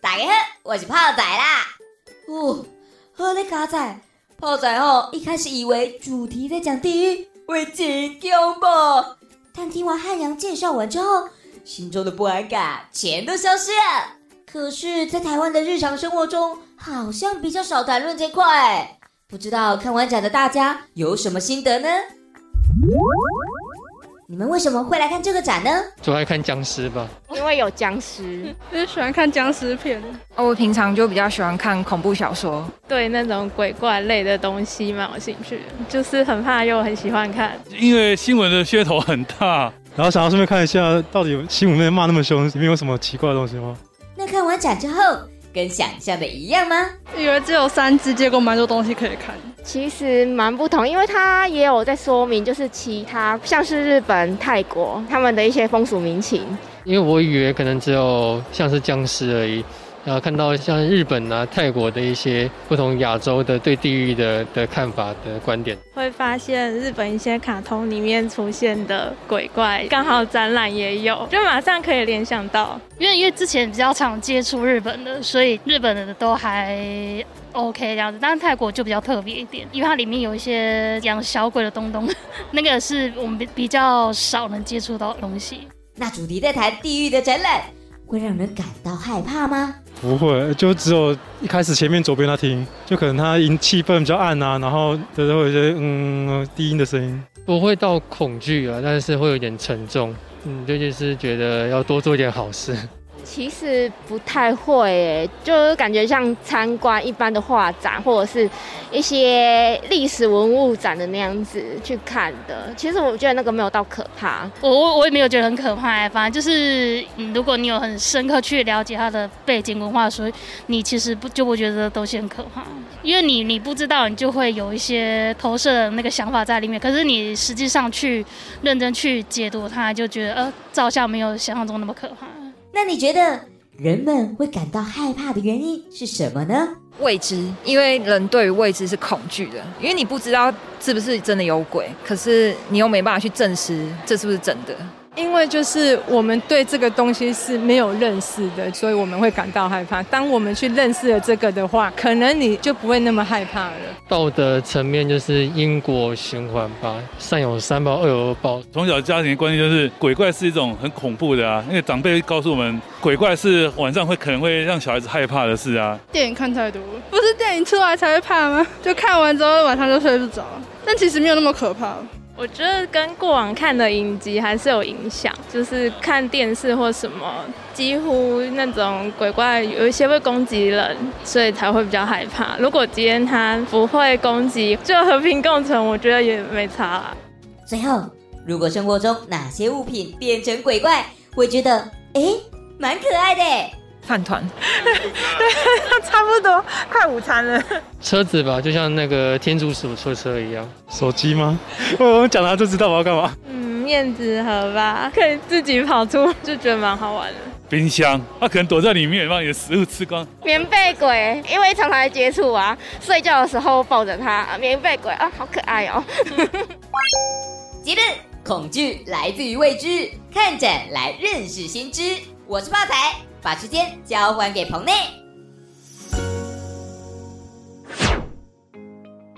A: 大家好，我是泡仔啦。
F: 哦，好咧，家仔，泡仔吼，一开始以为主题在讲地狱，会真恐怖。但听完汉阳介绍完之后，心中的不安感全都消失了。可是，在台湾的日常生活中，好像比较少谈论这块。不知道看完展的大家有什么心得呢？你们为什么会来看这个展呢？
G: 主要看僵尸吧。
H: 因为有僵 尸，
I: 就是喜欢看僵尸片。
J: 哦，我平常就比较喜欢看恐怖小说。
I: 对那种鬼怪类的东西蛮有兴趣的，就是很怕又很喜欢看。
K: 因为新闻的噱头很大，然后想要顺便看一下，到底新闻被骂那么凶，里面有什么奇怪的东西吗？
F: 那看完展之后，跟想象的一样吗？
I: 以为只有三只，结果蛮多东西可以看。
H: 其实蛮不同，因为它也有在说明，就是其他像是日本、泰国他们的一些风俗民情。
G: 因为我以为可能只有像是僵尸而已，然后看到像日本啊、泰国的一些不同亚洲的对地狱的的看法的观点。
I: 会发现日本一些卡通里面出现的鬼怪，刚好展览也有，就马上可以联想到。
L: 因为因为之前比较常接触日本的，所以日本的都还 OK 这样子，但是泰国就比较特别一点，因为它里面有一些养小鬼的东东，那个是我们比比较少能接触到的东西。
F: 那主题在谈地狱的展览，会让人感到害怕吗？
M: 不会，就只有一开始前面左边他听，就可能他音气氛比较暗啊，然后就是会有一些嗯低音的声音。
G: 不会到恐惧啊，但是会有点沉重。嗯，这就是觉得要多做一点好事。
H: 其实不太会诶，就是感觉像参观一般的画展或者是一些历史文物展的那样子去看的。其实我觉得那个没有到可怕。
E: 我我我也没有觉得很可怕、欸，反正就是、嗯如果你有很深刻去了解它的背景文化，所以你其实不就不觉得东西很可怕，因为你你不知道，你就会有一些投射的那个想法在里面。可是你实际上去认真去解读它，就觉得呃，照相没有想象中那么可怕。
F: 那你觉得人们会感到害怕的原因是什么呢？
N: 未知，因为人对于未知是恐惧的，因为你不知道是不是真的有鬼，可是你又没办法去证实这是不是真的。
O: 因为就是我们对这个东西是没有认识的，所以我们会感到害怕。当我们去认识了这个的话，可能你就不会那么害怕了。
G: 道德层面就是因果循环吧，善有善报，恶有恶报。
P: 从小家庭的观念就是鬼怪是一种很恐怖的啊，因为长辈告诉我们，鬼怪是晚上会可能会让小孩子害怕的事啊。
Q: 电影看太多了，不是电影出来才会怕吗？就看完之后晚上就睡不着，但其实没有那么可怕。
I: 我觉得跟过往看的影集还是有影响，就是看电视或什么，几乎那种鬼怪有一些会攻击人，所以才会比较害怕。如果今天他不会攻击，就和平共存，我觉得也没差啦。
F: 最后，如果生活中哪些物品变成鬼怪，会觉得诶蛮可爱的耶。
N: 饭团，
R: 差不多快午餐了。
G: 车子吧，就像那个天竺鼠车车一样。
M: 手机 吗？我我讲了他就知道我要干嘛。
I: 嗯，面子盒吧，可以自己跑出，就觉得蛮好玩的。
P: 冰箱，他可能躲在里面，把你的食物吃光。
H: 棉被鬼，因为常常会接触啊，睡觉的时候抱着它，啊棉被鬼啊，好可爱哦。
F: 结论：恐惧来自于未知，看展来认识新知。我是泡彩，把时间交还给棚内。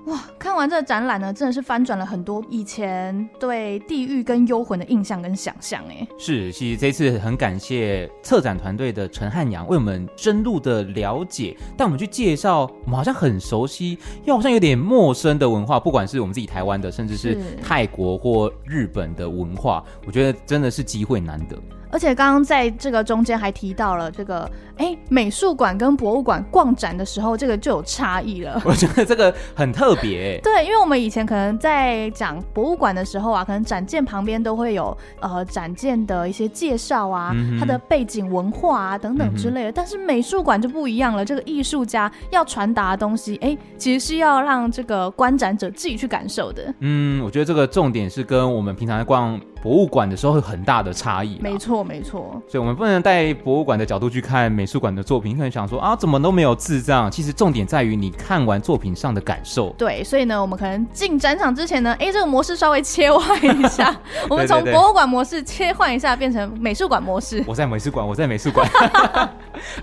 C: 哇，看完这个展览呢，真的是翻转了很多以前对地狱跟幽魂的印象跟想象哎。
B: 是，其实这次很感谢策展团队的陈汉阳为我们深入的了解，带我们去介绍我们好像很熟悉，又好像有点陌生的文化，不管是我们自己台湾的，甚至是
C: 是
B: 泰国或日本的文化，我觉得真的是机会难得。
C: 而且刚刚在这个中间还提到了这个，哎，美术馆跟博物馆逛展的时候，这个就有差异了。
B: 我觉得这个很特别、欸，
C: 对，因为我们以前可能在讲博物馆的时候啊，可能展件旁边都会有呃展件的一些介绍啊，
B: 嗯哼嗯
C: 它的背景文化啊等等之类的。但是美术馆就不一样了，这个艺术家要传达的东西，哎，其实是要让这个观展者自己去感受的。
B: 嗯，我觉得这个重点是跟我们平常在逛博物馆的时候有很大的差异。
C: 没错，没错。
B: 所以我们不能带博物馆的角度去看美术馆的作品，你可能想说啊，怎么都没有智障。其实重点在于你看完作品上的感受。
C: 对，所以呢，我们可能进展场之前呢，哎，这个模式稍微切换一 下，我们从
B: 对对对
C: 博物馆模式切换一下，变成美术馆模式。
B: 我在美术馆，我在美术馆。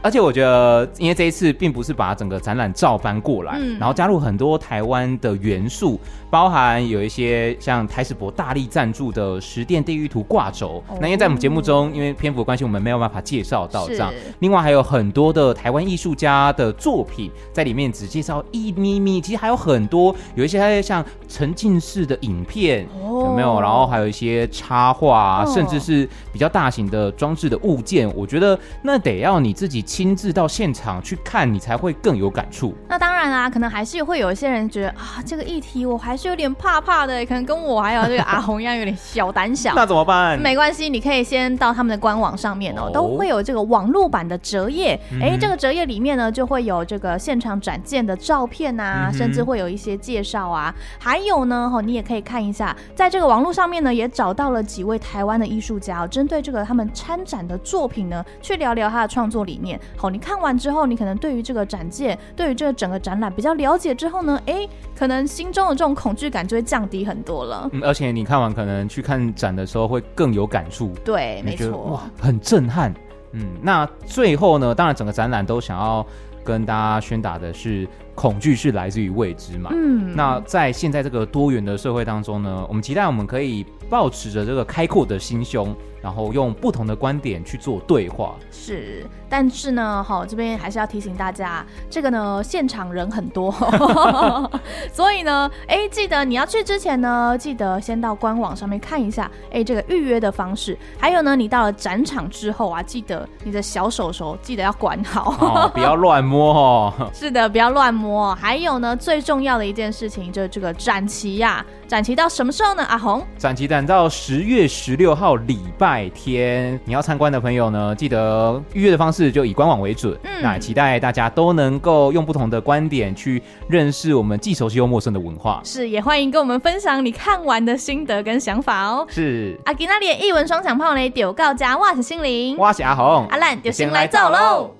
B: 而且我觉得，因为这一次并不是把整个展览照搬过来，
C: 嗯
B: 然后加入很多台湾的元素，包含有一些像台史博大力赞助的十殿地狱图挂轴。那因为在我们节目中，因为篇幅的关系，我们没有办法介绍到这样
S: 是。
B: 另外还有很多的台湾艺术家的作品在里面，只介绍一咪咪，其实还有很多，有一些像沉浸式的影片，
S: 哦
B: 有没有？然后还有一些插画、啊，
S: 哦
B: 甚至是比较大型的装置的物件，我觉得那得要你自己亲自到现场去看，你才会更有感触。
C: 那当然啦、可能还是会有一些人觉得啊，这个议题我还是有点怕怕的，可能跟我还有这个阿红一样有点小胆小。
B: 那怎么办？
C: 没关系，你可以先到他们的官网上面哦，都会有这个网络版的折页。
N: 嗯
C: 哎、这个折页里面呢，就会有这个现场展件的照片啊，
N: 嗯哼
C: 甚至会有一些介绍啊。还有呢，哦，你也可以看一下，在这个网络上面呢，也找到了几位台湾的艺术家、哦，针对这个他们参展的作品呢，去聊聊他的创作理念。好、你看完之后，你可能对于这个展件，对于这个整个展览比较了解之后呢，哎，可能心中的这种恐惧感就会降低很多了。
B: 嗯，而且你看完可能去看展的时候会更有感触。
C: 对
B: 你
C: 没
B: 觉得
C: 错
B: 哇，很震撼。嗯，那最后呢，当然整个展览都想要跟大家宣达的是，恐惧是来自于未知嘛。
T: 嗯
B: 那在现在这个多元的社会当中呢，我们期待我们可以保持着这个开阔的心胸，然后用不同的观点去做对 话。
C: 是，但是呢，哈、这边还是要提醒大家，这个呢，现场人很多， 所以呢，哎，记得你要去之前呢，记得先到官网上面看一下，哎，这个预约的方式，还有呢，你到了展场之后啊，记得你的小手手记得要管好，
B: 哦，不要乱摸哦。
C: 是的，不要乱摸。还有呢，最重要的一件事情就是这个展期呀、展期到什么时候呢？阿红，
B: 展期展到十月十六号礼拜天，你要参观的朋友呢，记得预约的方式就以官网为准。
C: 嗯
B: 那也期待大家都能够用不同的观点去认识我们既熟悉又陌生的文化。
C: 是也欢迎跟我们分享你看完的心得跟想法哦。
B: 是，
C: 啊，今仔日的一文双响啊炮呢，就到家，我是心灵，
B: 我是阿红，
C: 阿兰就先来走喽。